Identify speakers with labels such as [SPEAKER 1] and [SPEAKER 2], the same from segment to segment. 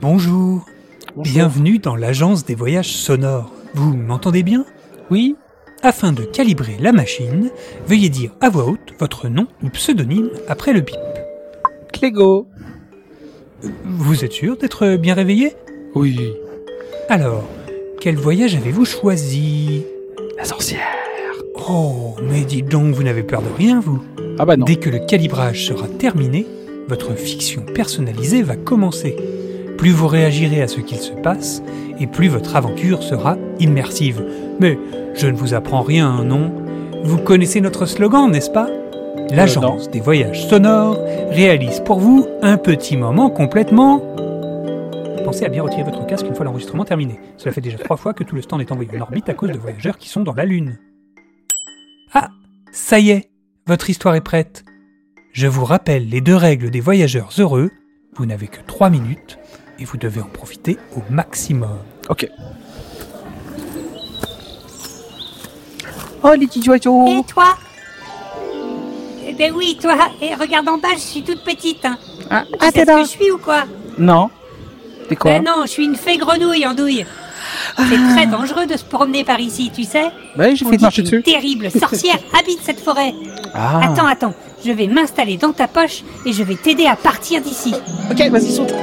[SPEAKER 1] Bonjour.
[SPEAKER 2] Bonjour.
[SPEAKER 1] Bienvenue dans l'agence des voyages sonores. Vous m'entendez bien
[SPEAKER 2] Oui,
[SPEAKER 1] Afin de calibrer la machine, veuillez dire à voix haute votre nom ou pseudonyme après le bip.
[SPEAKER 2] Clégo.
[SPEAKER 1] Vous êtes sûr d'être bien réveillé
[SPEAKER 2] Oui.
[SPEAKER 1] Alors, quel voyage avez-vous choisi
[SPEAKER 2] La sorcière.
[SPEAKER 1] Oh, mais dites donc, vous n'avez peur de rien, vous
[SPEAKER 2] Ah bah non.
[SPEAKER 1] Dès que le calibrage sera terminé, votre fiction personnalisée va commencer. Plus vous réagirez à ce qu'il se passe, et plus votre aventure sera immersive. Mais je ne vous apprends rien, non Vous connaissez notre slogan, n'est-ce pas L'agence des voyages sonores réalise pour vous un petit moment complètement... Pensez à bien retirer votre casque une fois l'enregistrement terminé. Cela fait déjà trois fois que tout le stand est envoyé en orbite à cause de voyageurs qui sont dans la Lune. Ah, ça y est votre histoire est prête. Je vous rappelle les deux règles des voyageurs heureux. Vous n'avez que 3 minutes et vous devez en profiter au maximum.
[SPEAKER 2] Ok. Oh les petits oiseaux.
[SPEAKER 3] Et toi Eh ben oui, toi. Et regarde en bas, je suis toute petite. Hein.
[SPEAKER 2] Ah,
[SPEAKER 3] Tu sais ce que je suis ou quoi,
[SPEAKER 2] Non. T'es quoi Ah.
[SPEAKER 3] Ben non, je suis une fée grenouille en douille. C'est très dangereux de se promener par ici, tu sais.
[SPEAKER 2] Bah j'ai
[SPEAKER 3] On
[SPEAKER 2] fait
[SPEAKER 3] dit
[SPEAKER 2] de marcher
[SPEAKER 3] qu'une
[SPEAKER 2] dessus.
[SPEAKER 3] terrible sorcière habite cette forêt.
[SPEAKER 2] Ah.
[SPEAKER 3] Attends, attends. Je vais m'installer dans ta poche et je vais t'aider à partir d'ici.
[SPEAKER 2] Ok, vas-y saute.
[SPEAKER 3] Bah,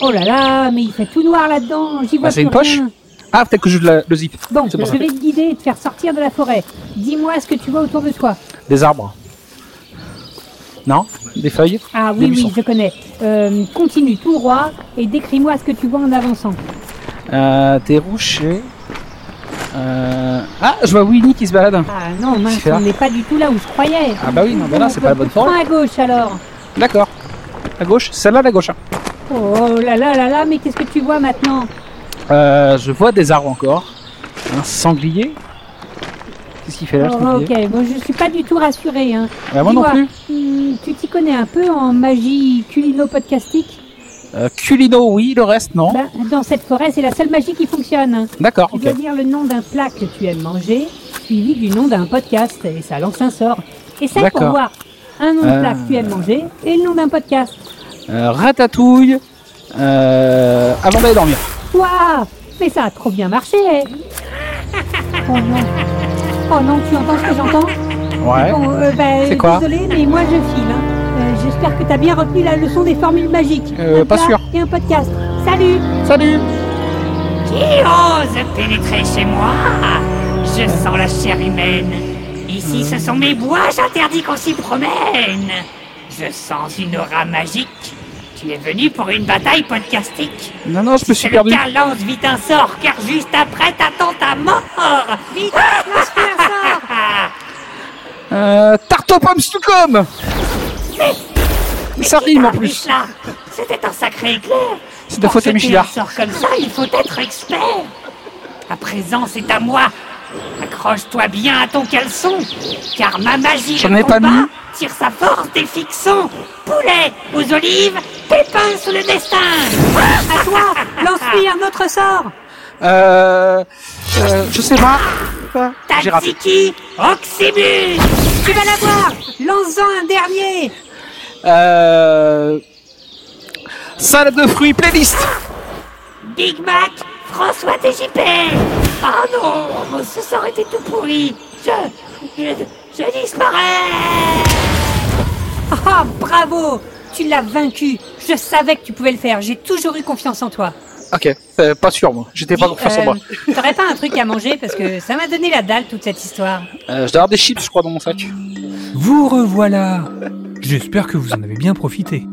[SPEAKER 3] Oh là là, mais il fait tout noir là-dedans. J'y vois
[SPEAKER 2] Bah, c'est une
[SPEAKER 3] plus
[SPEAKER 2] poche
[SPEAKER 3] rien.
[SPEAKER 2] Ah peut-être que je la- le zip.
[SPEAKER 3] Bon,
[SPEAKER 2] C'est pour
[SPEAKER 3] je
[SPEAKER 2] ça.
[SPEAKER 3] vais te guider et te faire sortir de la forêt. Dis-moi ce que tu vois autour de toi.
[SPEAKER 2] Des arbres. Non, des feuilles.
[SPEAKER 3] Ah
[SPEAKER 2] Des
[SPEAKER 3] oui, oui,
[SPEAKER 2] buissons.
[SPEAKER 3] je connais. Euh, continue tout droit et décris-moi ce que tu vois en avançant.
[SPEAKER 2] Euh, des rochers. Euh... Ah, je vois Winnie qui se balade.
[SPEAKER 3] Ah non, mince,
[SPEAKER 2] Super.
[SPEAKER 3] on n'est pas du tout là où je croyais.
[SPEAKER 2] Ah bah oui, non, bah là, c'est pas la bonne
[SPEAKER 3] Prends
[SPEAKER 2] forêt.
[SPEAKER 3] à gauche alors.
[SPEAKER 2] D'accord. À gauche, celle-là, la gauche. hein.
[SPEAKER 3] Oh là là là là, mais qu'est-ce que tu vois maintenant
[SPEAKER 2] Euh, je vois des arbres encore. Un sanglier. Qu'est-ce qu'il fait là, le
[SPEAKER 3] Oh,
[SPEAKER 2] sanglier
[SPEAKER 3] Ok, bon, je suis pas du tout rassurée. Hein.
[SPEAKER 2] Euh, Moi non
[SPEAKER 3] Dis-moi,
[SPEAKER 2] plus.
[SPEAKER 3] hmm, tu t'y connais un peu en magie culino-podcastique
[SPEAKER 2] Euh, culino, oui, le reste, non.
[SPEAKER 3] Ben, Dans cette forêt, c'est la seule magie qui fonctionne. hein.
[SPEAKER 2] D'accord,
[SPEAKER 3] Tu
[SPEAKER 2] ok.
[SPEAKER 3] dois dire le nom d'un plat que tu aimes manger, suivi du nom d'un podcast, et ça lance un sort. Essaye pour
[SPEAKER 2] D'accord.
[SPEAKER 3] voir. Un nom de plat
[SPEAKER 2] Euh.
[SPEAKER 3] que tu aimes manger et le nom d'un podcast.
[SPEAKER 2] Euh, ratatouille. Euh, avant d'aller dormir.
[SPEAKER 3] Waouh Mais ça a trop bien marché eh. Oh non Oh non, tu entends ce que j'entends
[SPEAKER 2] Ouais.
[SPEAKER 3] Bon, euh, ben,
[SPEAKER 2] C'est quoi
[SPEAKER 3] Désolé, mais moi je file. hein. Euh, J'espère que t'as bien retenu la leçon des formules magiques.
[SPEAKER 2] Euh,
[SPEAKER 3] Un
[SPEAKER 2] pas
[SPEAKER 3] plat
[SPEAKER 2] sûr.
[SPEAKER 3] Et un podcast. Salut
[SPEAKER 2] Salut
[SPEAKER 4] Qui ose pénétrer chez moi Je sens la chair humaine. Ici, ce sont mes bois, j'interdis qu'on s'y promène. Je sens une aura magique. Tu es venu pour une bataille podcastique.
[SPEAKER 2] Non, non, je me suis
[SPEAKER 4] C'est le
[SPEAKER 2] perdu.
[SPEAKER 4] cas, lance vite un sort, car juste après, t'attends ta mort. Ah.
[SPEAKER 3] Vite, lance-toi un sort
[SPEAKER 2] Euh, tarte aux pommes Stucom Ça rime en plus.
[SPEAKER 4] Michela, C'était un sacré éclair.
[SPEAKER 2] C'est de faute à
[SPEAKER 4] Pour jeter
[SPEAKER 2] Michela.
[SPEAKER 4] un sort comme ça, il faut être expert. À présent, c'est à moi. Accroche-toi bien à ton caleçon, car ma magie
[SPEAKER 2] J'en
[SPEAKER 4] de
[SPEAKER 2] ai pas
[SPEAKER 4] combat
[SPEAKER 2] mis.
[SPEAKER 4] tire sa force des fixons. Poulet aux olives, pépins sous le destin.
[SPEAKER 3] À toi Lance-lui un autre sort
[SPEAKER 2] Euh, euh, je sais pas. Ah, J'ai raté.
[SPEAKER 4] Tzatziki, oxybus.
[SPEAKER 3] Tu vas l'avoir Lance-en un dernier
[SPEAKER 2] Euh, salade de fruits, playlist.
[SPEAKER 4] Big Mac, François TJP Oh non, ce sort était tout pourri Je... je... je disparais
[SPEAKER 3] Ah, bravo Tu l'as vaincu Je savais que tu pouvais le faire, j'ai toujours eu confiance en toi.
[SPEAKER 2] Ok, euh, pas sûr moi. J'étais pas
[SPEAKER 3] Dis,
[SPEAKER 2] confiance en moi.
[SPEAKER 3] euh, T'aurais pas un truc à manger parce que ça m'a donné la dalle toute cette histoire.
[SPEAKER 2] Euh, je dois avoir des chips, je crois, dans mon sac.
[SPEAKER 1] Vous revoilà J'espère que vous en avez bien profité.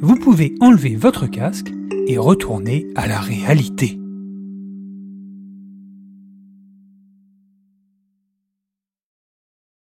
[SPEAKER 1] Vous pouvez enlever votre casque et retourner à la réalité.